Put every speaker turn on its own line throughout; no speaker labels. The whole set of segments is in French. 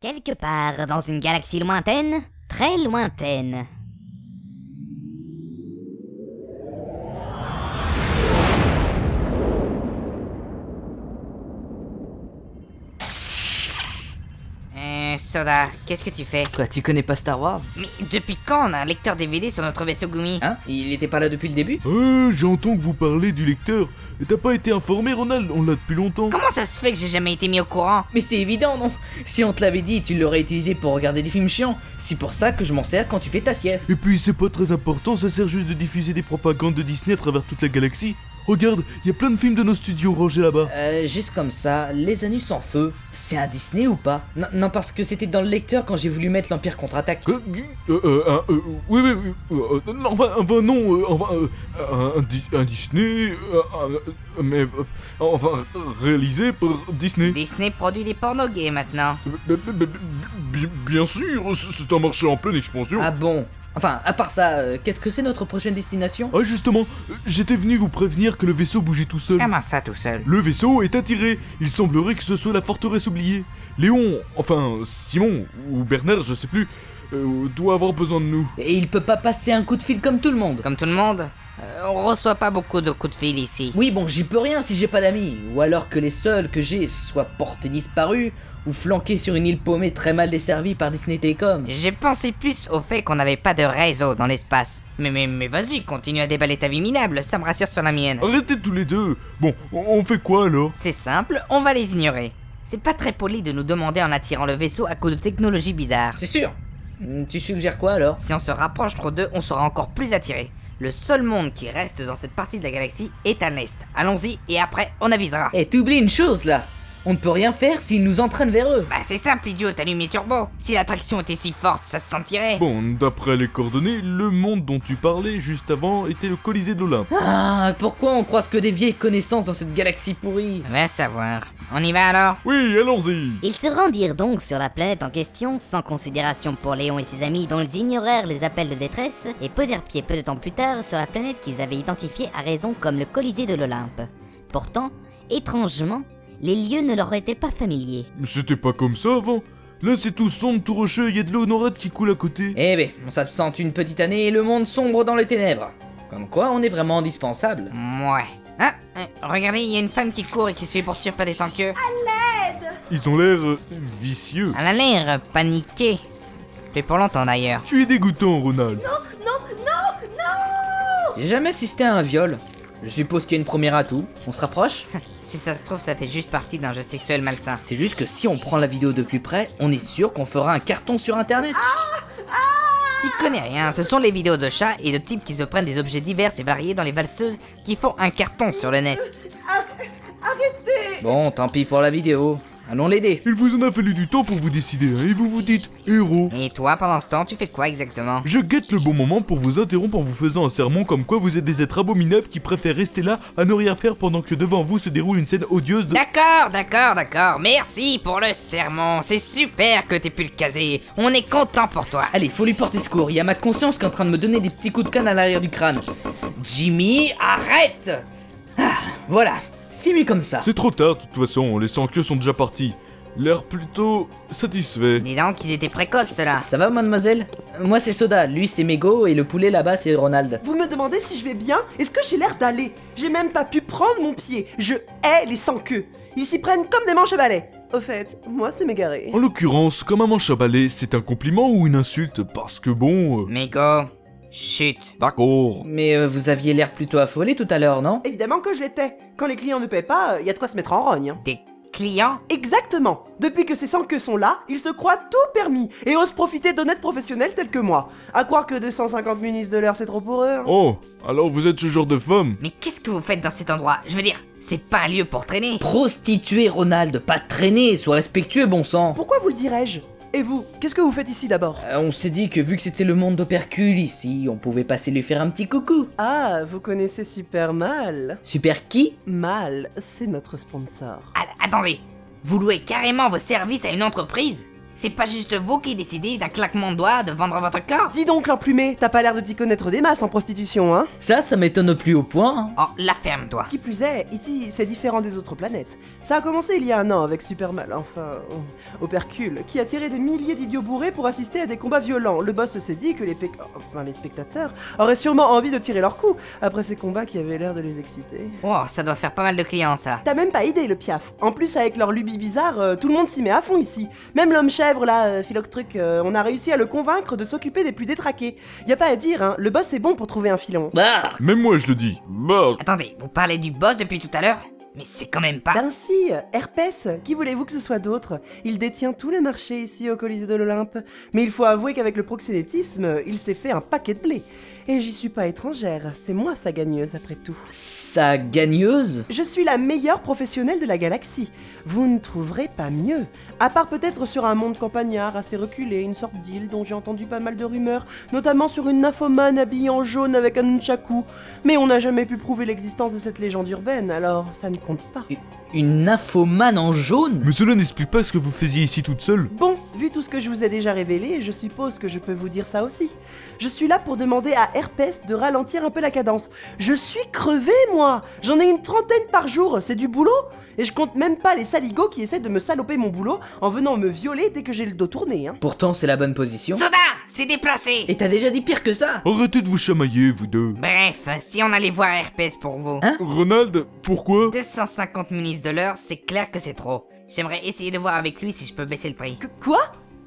Quelque part dans une galaxie lointaine, très lointaine.
Euh, Soda, qu'est-ce que tu fais
Quoi, tu connais pas Star Wars
Mais depuis quand on a un lecteur DVD sur notre vaisseau Gumi
Hein Il était pas là depuis le début
Euh, j'entends que vous parlez du lecteur. T'as pas été informé, Ronald On l'a depuis longtemps.
Comment ça se fait que j'ai jamais été mis au courant
Mais c'est évident, non Si on te l'avait dit, tu l'aurais utilisé pour regarder des films chiants. C'est pour ça que je m'en sers quand tu fais ta sieste.
Et puis, c'est pas très important, ça sert juste de diffuser des propagandes de Disney à travers toute la galaxie. Regarde, y a plein de films de nos studios rangés là-bas.
Euh, juste comme ça, Les Anus en feu, c'est un Disney ou pas non, non, parce que c'était dans le lecteur quand j'ai voulu mettre l'Empire contre-attaque.
Euh, euh, euh, euh, oui, oui, oui, euh, euh, non, enfin, enfin, non, euh, enfin, euh, un, un Di- un Disney, euh, un- mais, euh, enfin, réalisé par Disney.
Disney produit des pornos gays maintenant.
Bi- bi- bi- Bien sûr, c'est c'est un marché en pleine expansion.
Ah bon Enfin, à part ça, euh, qu'est-ce que c'est notre prochaine destination
Ah justement, euh, j'étais venu vous prévenir que le vaisseau bougeait tout seul.
Comment ça tout seul
Le vaisseau est attiré. Il semblerait que ce soit la forteresse oubliée. Léon, enfin Simon ou Bernard, je sais plus, euh, doit avoir besoin de nous.
Et il peut pas passer un coup de fil comme tout le monde.
Comme tout le monde, euh, on reçoit pas beaucoup de coups de fil ici.
Oui, bon, j'y peux rien si j'ai pas d'amis. Ou alors que les seuls que j'ai soient portés disparus ou flanqués sur une île paumée très mal desservie par Disney Telecom.
J'ai pensé plus au fait qu'on n'avait pas de réseau dans l'espace. Mais mais mais vas-y, continue à déballer ta vie minable, ça me rassure sur la mienne.
Arrêtez tous les deux. Bon, on on fait quoi alors
C'est simple, on va les ignorer. C'est pas très poli de nous demander en attirant le vaisseau à cause de technologies bizarres.
C'est sûr. Hmm, Tu suggères quoi alors
Si on se rapproche trop d'eux, on sera encore plus attiré. Le seul monde qui reste dans cette partie de la galaxie est à l'est. Allons-y et après on avisera.
Eh, t'oublies une chose là On ne peut rien faire s'ils nous entraînent vers eux.
Bah c'est simple idiot, allume les turbos. Si l'attraction était si forte, ça se sentirait.
Bon, d'après les coordonnées, le monde dont tu parlais juste avant était le Colisée de l'Olympe.
Ah, pourquoi on croise que des vieilles connaissances dans cette galaxie pourrie
Va savoir. On y va alors
Oui, allons-y.
Ils se rendirent donc sur la planète en question, sans considération pour Léon et ses amis dont ils ignorèrent les appels de détresse, et posèrent pied peu de temps plus tard sur la planète qu'ils avaient identifiée à raison comme le Colisée de l'Olympe. Pourtant, étrangement, les lieux ne leur étaient pas familiers.
Mais C'était pas comme ça avant. Là, c'est tout sombre, tout rocheux. Y a de l'eau norade qui coule à côté.
Eh ben, on s'absente une petite année et le monde sombre dans les ténèbres. Comme quoi, on est vraiment indispensable.
Mouais. Ah, euh, regardez, il y a une femme qui court et qui se fait poursuivre par des sans-queue.
Ils ont l'air euh, vicieux.
Elle a l'air euh, paniquée. Plus pour longtemps d'ailleurs.
Tu es dégoûtant, Ronald.
J'ai jamais assisté à un viol. Je suppose qu'il y a une première atout. On se rapproche
Si ça se trouve, ça fait juste partie d'un jeu sexuel malsain.
C'est juste que si on prend la vidéo de plus près, on est sûr qu'on fera un carton sur internet.
T'y connais rien, ce sont les vidéos de chats et de types qui se prennent des objets divers et variés dans les valseuses qui font un carton sur le net.
Bon, tant pis pour la vidéo. Allons l'aider.
Il vous en a fallu du temps pour vous décider, hein, et vous vous dites héros.
Et toi, pendant ce temps, tu fais quoi exactement
Je guette le bon moment pour vous interrompre en vous faisant un sermon comme quoi vous êtes des êtres abominables qui préfèrent rester là à ne rien faire pendant que devant vous se déroule une scène odieuse de.
D'accord, d'accord, d'accord. Merci pour le sermon. C'est super que t'aies pu le caser. On est content pour toi.
Allez, faut lui porter secours. Il y a ma conscience qui est en train de me donner des petits coups de canne à l'arrière du crâne. Jimmy, arrête Ah, Voilà, c'est mieux comme ça.
C'est trop tard, de toute façon, les sans-queues sont déjà partis. L'air plutôt satisfait.
Dis donc, ils étaient précoces, ceux-là.
Ça va, mademoiselle Moi, c'est Soda. Lui, c'est Mego. Et le poulet là-bas, c'est Ronald.
Vous me demandez si je vais bien Est-ce que j'ai l'air d'aller J'ai même pas pu prendre mon pied. Je hais les sans-queues. Ils s'y prennent comme des manches à balai. Au fait, moi, c'est m'égarer.
En l'occurrence, comme un manche à balai, c'est un compliment ou une insulte Parce que bon. euh,
Mego. Chut.
D'accord.
Mais euh, vous aviez l'air plutôt affolé tout à l'heure, non
Évidemment que je l'étais. Quand les clients ne paient pas, il y a de quoi se mettre en rogne. hein.
Des clients
Exactement. Depuis que ces sans-queues sont là, ils se croient tout permis et osent profiter d'honnêtes professionnels tels que moi. À croire que 250 ministres de l'heure, c'est trop pour eux. hein.
Oh, alors vous êtes ce genre de femme
Mais qu'est-ce que vous faites dans cet endroit Je veux dire, c'est pas un lieu pour traîner.
Prostitué, Ronald. Pas traîner. Sois respectueux, bon sang.
Pourquoi vous le dirais-je Et vous, qu'est-ce que vous faites ici d'abord
Euh, on s'est dit que vu que c'était le monde d'Opercule ici, on pouvait passer lui faire un petit coucou.
Ah, vous connaissez super mal.
Super qui
Mal, c'est notre sponsor.
Ah, attendez. Vous louez carrément vos services à une entreprise C'est pas juste vous qui décidez d'un claquement de doigts de vendre votre corps
Dis donc, l'emplumé, t'as pas l'air de t'y connaître des masses en prostitution, hein
Ça, ça m'étonne au plus haut point. hein.
Oh, la ferme, toi
Qui plus est, ici, c'est différent des autres planètes. Ça a commencé il y a un an avec Superman, enfin, euh, Opercule, qui a tiré des milliers d'idiots bourrés pour assister à des combats violents. Le boss s'est dit que les, pec- enfin, les spectateurs auraient sûrement envie de tirer leur coup après ces combats qui avaient l'air de les exciter.
Oh, ça doit faire pas mal de clients, ça.
T'as même pas idée, le piaf. En plus, avec leur lubie bizarre, euh, tout le monde s'y met à fond ici. Même l'homme chèvre, là, euh, Philoctruc, euh, on a réussi à le convaincre de s'occuper des plus détraqués. Y a pas à dire, hein, le boss est bon pour trouver un filon.
Ah
Même moi, je le dis. Bah,
Attendez, vous parlez du boss depuis tout à l'heure Mais c'est quand même pas...
Ben si, euh, Herpès, qui voulez-vous que ce soit d'autre Il détient tout le marché ici au Colisée de l'Olympe. Mais il faut avouer qu'avec le proxénétisme, euh, il s'est fait un paquet de blé. Et j'y suis pas étrangère, c'est moi sa gagneuse après tout.
Sa gagneuse
Je suis la meilleure professionnelle de la galaxie. Vous ne trouverez pas mieux. À part peut-être sur un monde campagnard assez reculé, une sorte d'île dont j'ai entendu pas mal de rumeurs, notamment sur une nymphomane habillée en jaune avec un nunchaku. Mais on n'a jamais pu prouver l'existence de cette légende urbaine, alors ça ne compte pas.
Une nymphomane en jaune
mais cela n'explique pas ce que vous faisiez ici toute seule.
Bon, vu tout ce que je vous ai déjà révélé, je suppose que je peux vous dire ça aussi. Je suis là pour demander à Herpès de ralentir un peu la cadence. Je suis crevé, moi J'en ai une trentaine par jour, c'est du boulot Et je compte même pas les saligots qui essaient de me saloper mon boulot en venant me violer dès que j'ai le dos tourné, hein.
Pourtant, c'est la bonne position.
Soda C'est déplacé
Et t'as déjà dit pire que ça
Arrêtez de vous chamailler, vous deux.
Bref, si on allait voir RPS pour vous...
Hein
Ronald, pourquoi
250 minutes de l'heure, c'est clair que c'est trop. J'aimerais essayer de voir avec lui si je peux baisser le prix.
Que quoi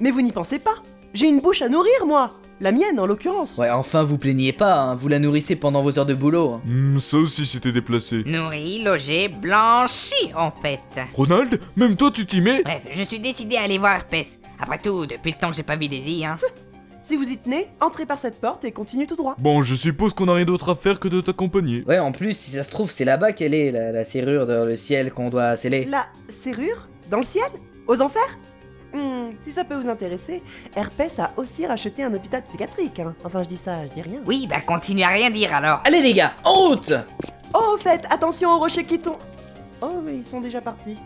Mais vous n'y pensez pas J'ai une bouche à nourrir, moi La mienne, en l'occurrence
Ouais, enfin, vous plaignez pas, hein, vous la nourrissez pendant vos heures de boulot. hein.
Hmm, ça aussi, c'était déplacé.
Nourri, logé, blanchi, en fait.
Ronald, même toi, tu t'y mets
Bref, je suis décidé à aller voir RPS. Après tout, depuis le temps que j'ai pas vu Daisy, hein.
Si vous y tenez, entrez par cette porte et continuez tout droit.
Bon, je suppose qu'on n'a rien d'autre à faire que de t'accompagner.
Ouais, en plus, si ça se trouve, c'est là-bas qu'elle est, la, la serrure dans le ciel qu'on doit sceller.
La serrure Dans le ciel Aux enfers Hmm, si ça peut vous intéresser, Herpès a aussi racheté un hôpital psychiatrique. hein. Enfin, je dis ça, je dis rien.
Oui, bah continue à rien dire alors.
Allez, les gars, en route
Oh, au fait, attention aux rochers qui tombent. Oh, mais ils sont déjà partis.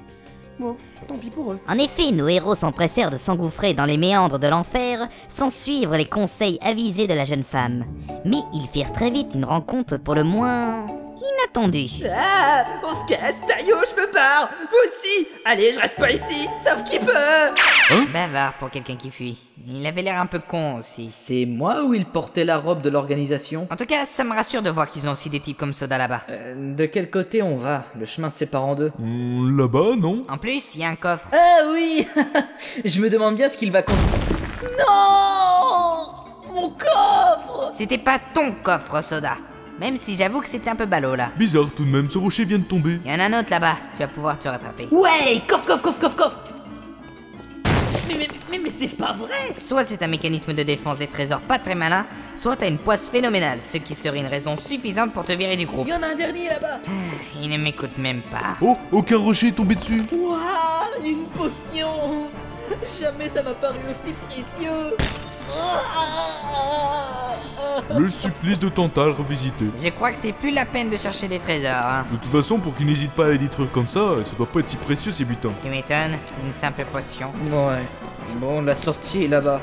Bon, tant pis pour eux.
En effet, nos héros s'empressèrent de s'engouffrer dans les méandres de l'enfer sans suivre les conseils avisés de la jeune femme. Mais ils firent très vite une rencontre pour le moins inattendue.
Ah, on se casse, taillot, je me pars Vous aussi Allez, je reste pas ici, sauf qui peut
Bavard pour quelqu'un qui fuit. Il avait l'air un peu con aussi.
C'est moi ou il portait la robe de l'organisation
En tout cas, ça me rassure de voir qu'ils ont aussi des types comme Soda là-bas.
Euh, De quel côté on va Le chemin se sépare en deux.
Hmm, Là-bas, non
En plus, il y a un coffre.
Ah oui Je me demande bien ce qu'il va con... Non Mon coffre
C'était pas ton coffre, Soda. Même si j'avoue que c'était un peu ballot là.
Bizarre tout de même, ce rocher vient de tomber.
Il y en a un autre là-bas, tu vas pouvoir te rattraper.
Ouais Coffre, coffre, coffre, coffre, coffre Mais, mais, mais, mais c'est pas vrai
Soit c'est un mécanisme de défense des trésors pas très malin, soit t'as une poisse phénoménale, ce qui serait une raison suffisante pour te virer du groupe.
Il y en a un dernier là-bas
Il ne m'écoute même pas.
Oh, aucun rocher est tombé dessus.
Waouh Une potion Jamais ça m'a paru aussi précieux Ah
Le supplice de Tantal revisité.
Je crois que c'est plus la peine de chercher des trésors, hein.
De toute façon, pour qu'il n'hésite pas à les détruire comme ça, ça doit pas être si précieux ces butins.
Tu m'étonnes, une simple potion.
Ouais. Bon, la sortie est là-bas.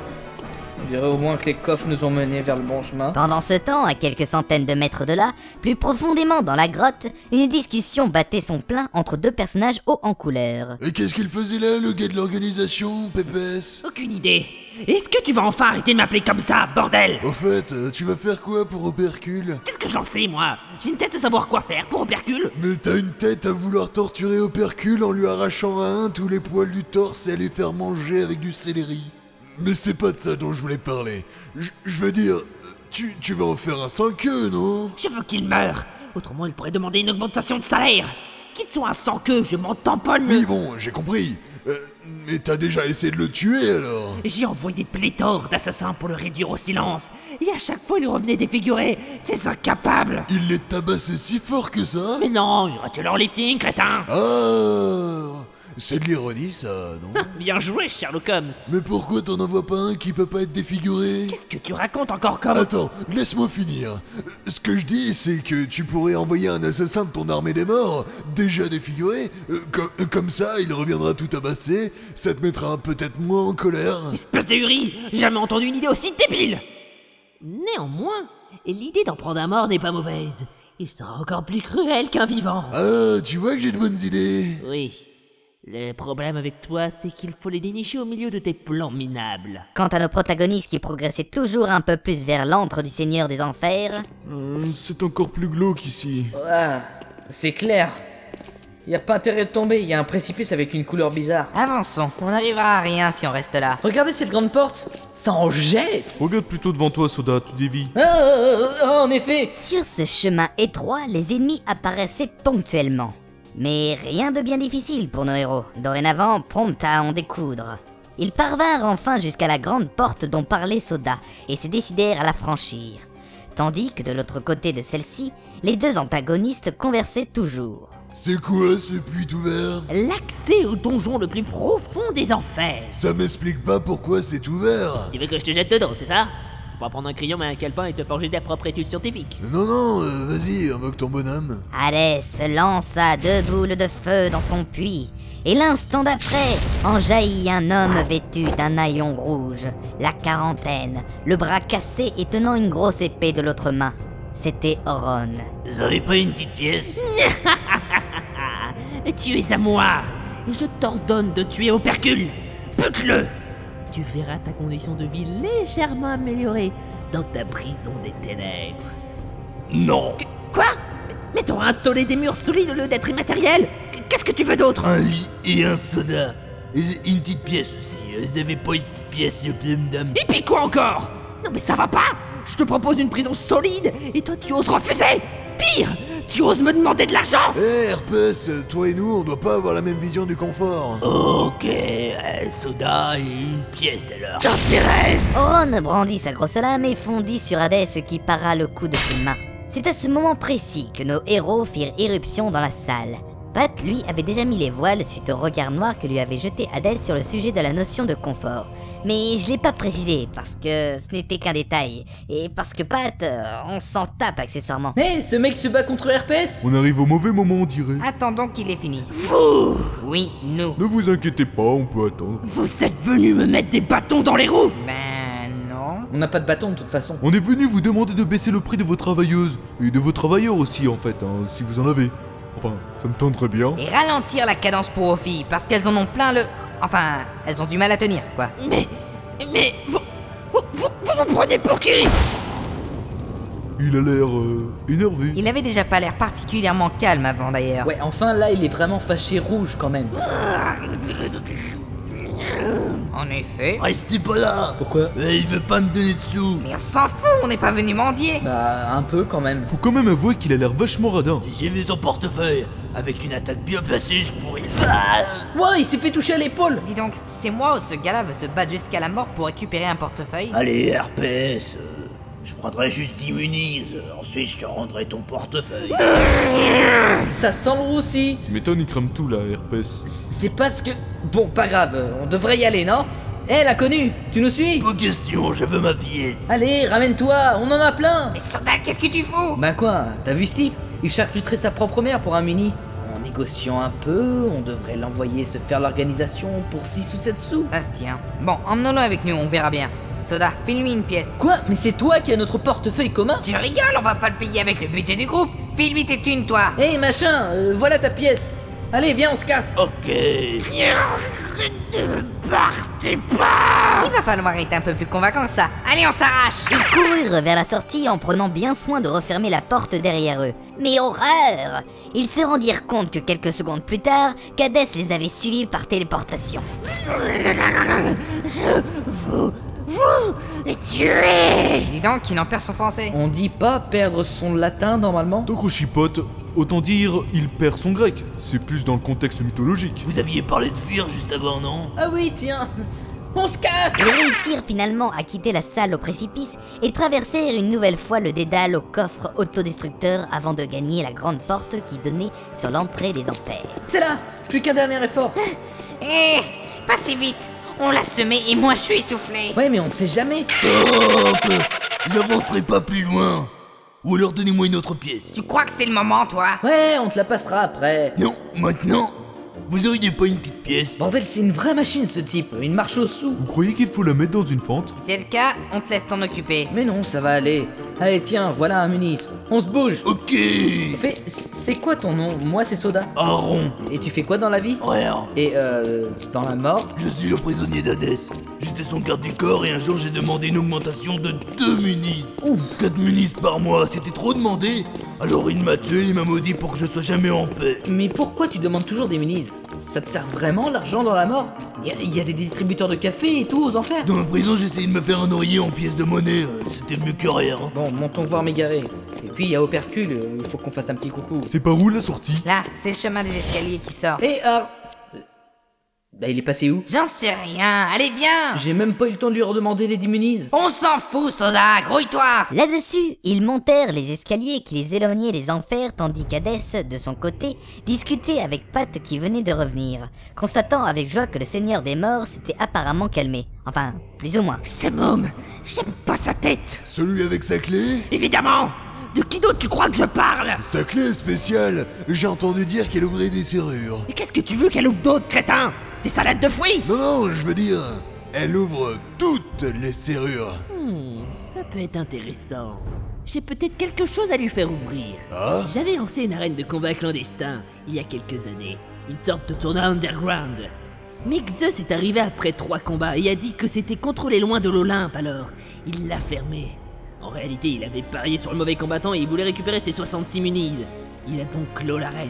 On dirait au moins que les coffres nous ont menés vers le bon chemin.
Pendant ce temps, à quelques centaines de mètres de là, plus profondément dans la grotte, une discussion battait son plein entre deux personnages hauts en couleur.
Et qu'est-ce qu'il faisait là, le gars de l'organisation, PPS
Aucune idée Est-ce que tu vas enfin arrêter de m'appeler comme ça, bordel
Au fait, euh, tu vas faire quoi pour Opercule
Qu'est-ce que j'en sais, moi J'ai une tête à savoir quoi faire pour Opercule
Mais t'as une tête à vouloir torturer Opercule en lui arrachant à un tous les poils du torse et à les faire manger avec du céleri. Mais c'est pas de ça dont je voulais parler. J- Je veux dire, tu, tu vas en faire un sans queue, non
Je veux qu'il meure Autrement, il pourrait demander une augmentation de salaire Qu'il soit un sans queue, je m'en tamponne
Oui, bon, j'ai compris. Euh, mais t'as déjà essayé de le tuer alors
J'ai envoyé pléthore d'assassins pour le réduire au silence, et à chaque fois il revenait défiguré Ces incapables
Il les tabassait si fort que ça
Mais non, il aurait tué leur lifting, crétin
Ah C'est de l'ironie, ça, non
Bien joué, Sherlock Holmes.
Mais pourquoi t'en envoies pas un qui peut pas être défiguré
Qu'est-ce que tu racontes encore comme
Attends, laisse-moi finir. Euh, Ce que je dis, c'est que tu pourrais envoyer un assassin de ton armée des morts, déjà défiguré. euh, co- euh, comme ça, il reviendra tout abassé. Ça te mettra peut-être moins en colère.
Espèce de hurie Jamais entendu une idée aussi débile Néanmoins, l'idée d'en prendre un mort n'est pas mauvaise. Il sera encore plus cruel qu'un vivant.
Ah, tu vois que j'ai de bonnes idées.
Oui. Le problème avec toi, c'est qu'il faut les dénicher au milieu de tes plans minables.
Quant à nos protagonistes qui progressaient toujours un peu plus vers l'antre du Seigneur des Enfers,
Euh, c'est encore plus glauque ici.
Ah, c'est clair. Y a pas intérêt de tomber, y a un précipice avec une couleur bizarre.
Avançons, on n'arrivera à rien si on reste là.
Regardez cette grande porte, ça en jette.
Regarde plutôt devant toi, Soda, tu dévis.
Ah, ah, ah, ah, en effet.
sur ce chemin étroit, les ennemis apparaissaient ponctuellement. Mais rien de bien difficile pour nos héros, dorénavant promptes à en découdre. Ils parvinrent enfin jusqu'à la grande porte dont parlait Soda et se décidèrent à la franchir. Tandis que de l'autre côté de celle-ci, les deux antagonistes conversaient toujours.
C'est quoi ce puits ouvert
L'accès au donjon le plus profond des enfers.
Ça m'explique pas pourquoi c'est ouvert.
Tu veux que je te jette dedans, c'est ça Tu pourras prendre un crayon et un calepin et te forger ta propre étude scientifique.
Non, non, euh, vas-y, invoque ton bonhomme.
Alès lança deux boules de feu dans son puits, et l'instant d'après, en jaillit un homme vêtu d'un haillon rouge, la quarantaine, le bras cassé et tenant une grosse épée de l'autre main. C'était Oron.
Vous avez pas une petite pièce
Tu es à moi et je t'ordonne de tuer Opercule. Bute-le Tu verras ta condition de vie légèrement améliorée dans ta prison des ténèbres.
Non
Quoi Mais t'auras insolé des murs solides au lieu d'être immatériel Qu'est-ce que tu veux d'autre
Un lit et un soda. Et une petite pièce aussi. Vous avez pas une petite pièce, s'il vous plaît, madame
Et puis quoi encore Non mais ça va pas Je te propose une prison solide et toi tu oses refuser Pire Tu oses me demander de l'argent
Hé, RPS, Eh, toi et nous, on doit pas avoir la même vision du confort.
Ok, un soda et une pièce alors.
Dans tes rêves
Oron brandit sa grosse lame et fondit sur Hadès qui para le coup de ses mains. C'est à ce moment précis que nos héros firent éruption dans la salle. Pat, lui, avait déjà mis les voiles suite au regard noir que lui avait jeté Adèle sur le sujet de la notion de confort. Mais je l'ai pas précisé, parce que ce n'était qu'un détail. Et parce que Pat, euh, on s'en tape accessoirement.
Hé, Eh, ce mec se bat contre RPS
On arrive au mauvais moment, on dirait.
Attendons qu'il ait fini. Oui, nous.
Ne vous inquiétez pas, on peut attendre.
Vous êtes venu me mettre des bâtons dans les roues
Ben non.
On n'a pas de bâton de toute façon.
On est venu vous demander de baisser le prix de vos travailleuses. Et de vos travailleurs aussi, en fait, hein, si vous en avez. Enfin, ça me tenterait bien.
Et ralentir la cadence pour aux filles, parce qu'elles en ont plein le... Enfin, elles ont du mal à tenir, quoi.
Mais... Mais... Vous... Vous vous, vous, vous prenez pour qui
Il a l'air euh, énervé.
Il avait déjà pas l'air particulièrement calme avant d'ailleurs.
Ouais, enfin là, il est vraiment fâché rouge quand même.
En effet.
Restez pas là
Pourquoi
Eh, Il veut pas me donner de sous.
Mais on s'en fout, on n'est pas venu mendier.
Bah, un peu quand même.
Faut quand même avouer qu'il a l'air vachement radin.
J'ai vu son portefeuille. Avec une attaque bien placée, je pourrais.
Ouais, il s'est fait toucher à l'épaule.
Dis donc, c'est moi ou ce gars-là veut se battre jusqu'à la mort pour récupérer un portefeuille
Allez, RPS. euh, Je prendrai juste 10 munises. euh, Ensuite, je te rendrai ton portefeuille.
Ça sent le roussi.
Tu m'étonnes, il crame tout là, RPS.
C'est parce que. Bon, pas grave, euh, on devrait y aller, non Hé, l'inconnu, tu nous suis
Pas question, je veux ma pièce.
Allez, ramène-toi, on en a plein
Mais Soda, qu'est-ce que tu fous
Bah quoi, t'as vu ce type Il charcuterait sa propre mère pour un mini. En négociant un peu, on devrait l'envoyer se faire l'organisation pour 6 ou 7 sous.
Ça se tient. Bon, emmenons-le avec nous, on verra bien. Soda, file-lui une pièce.
Quoi Mais c'est toi qui as notre portefeuille commun
Tu rigoles, on va pas le payer avec le budget du groupe. File-lui tes thunes, toi.
Hé machin, euh, voilà ta pièce. Allez, viens, on se casse.
Ok.
Ah.
Il va falloir être un peu plus convaincant que ça. Allez, on s'arrache
Ils coururent vers la sortie en prenant bien soin de refermer la porte derrière eux. Mais horreur Ils se rendirent compte que quelques secondes plus tard, Cadès les avait suivis par téléportation.
Eh.
Dis donc, il en perd son français.
On dit pas perdre son latin normalement
Donc on chipote, autant dire il perd son grec. C'est plus dans le contexte mythologique.
Vous aviez parlé de fuir juste avant, non
Ah oui, tiens. On se casse
Ils réussirent finalement à quitter la salle au précipice et traversèrent une nouvelle fois le dédale au coffre autodestructeur avant de gagner la grande porte qui donnait sur l'entrée des enfers.
C'est là Plus qu'un dernier effort
Eh Pas si vite On l'a semé et moi je suis essoufflé
Ouais, mais on ne sait jamais
Stop J'avancerai pas plus loin. Ou alors donnez-moi une autre pièce.
Tu crois que c'est le moment, toi
Ouais, on te la passera après
Non, maintenant, vous auriez pas une petite pièce
Bordel, c'est une vraie machine ce type Une marche au sous
Vous croyez qu'il faut la mettre dans une fente
Si c'est le cas, on te laisse t'en occuper.
Mais non, ça va aller Allez, tiens, voilà un munis On se bouge
Ok
Fais, c'est quoi ton nom Moi, c'est Soda.
Aaron,
Et tu fais quoi dans la vie
frère,
Et euh, dans la mort
je suis le prisonnier d'Hadès. J'étais son garde du corps et un jour j'ai demandé une augmentation de 2 munis. Ouh, 4 munis par mois, c'était trop demandé. Alors il m'a tué et m'a maudit pour que je sois jamais en paix.
Mais pourquoi tu demandes toujours des munis Ça te sert vraiment l'argent dans la mort Il y, a- y a des distributeurs de café et tout aux enfers
Dans la prison, j'ai essayé de me faire un oreiller en pièces de monnaie, euh, c'était mieux que rien. hein.
Bon, montons voir Mégaré. Et puis, il y a Opercule, il faut qu'on fasse un petit coucou.
C'est par où la sortie
Là, c'est le chemin des escaliers qui sort.
Et euh... Bah, il est passé où
J'en sais rien, allez viens
J'ai même pas eu le temps de lui redemander les 10 munis.
On s'en fout, Soda, grouille-toi
Là-dessus, ils montèrent les escaliers qui les éloignaient des enfers tandis qu'Hadès, de son côté, discutait avec Pat qui venait de revenir, constatant avec joie que le seigneur des morts s'était apparemment calmé. Enfin, plus ou moins.
Ce môme, j'aime pas sa tête.
Celui avec sa clé
Évidemment De qui d'autre tu crois que je parle
Sa clé est spéciale. J'ai entendu dire qu'elle ouvrait des serrures.
Et qu'est-ce que tu veux qu'elle ouvre d'autre, crétin Des salades de fruits
Non, non, je veux dire, elle ouvre toutes les serrures.
Hmm, Ça peut être intéressant. J'ai peut-être quelque chose à lui faire ouvrir.
Ah
J'avais lancé une arène de combat clandestin il y a quelques années, une sorte de tournoi underground. Mais Zeus est arrivé après trois combats et a dit que c'était contrôlé loin de l'Olympe alors. Il l'a fermé. En réalité, il avait parié sur le mauvais combattant et il voulait récupérer ses 66 munis. Il a donc clos l'arène.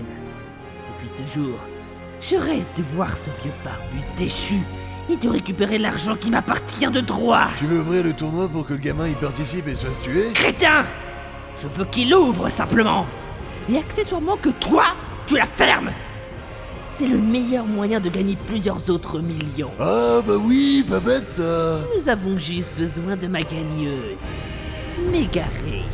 Depuis ce jour, je rêve de voir ce vieux barbu déchu et de récupérer l'argent qui m'appartient de droit.
Tu veux ouvrir le tournoi pour que le gamin y participe et se fasse tuer
Crétin Je veux qu'il ouvre simplement Et accessoirement que toi, tu la fermes C'est le meilleur moyen de gagner plusieurs autres millions.
Ah bah oui, pas bête ça
Nous avons juste besoin de ma gagneuse. Mégarée.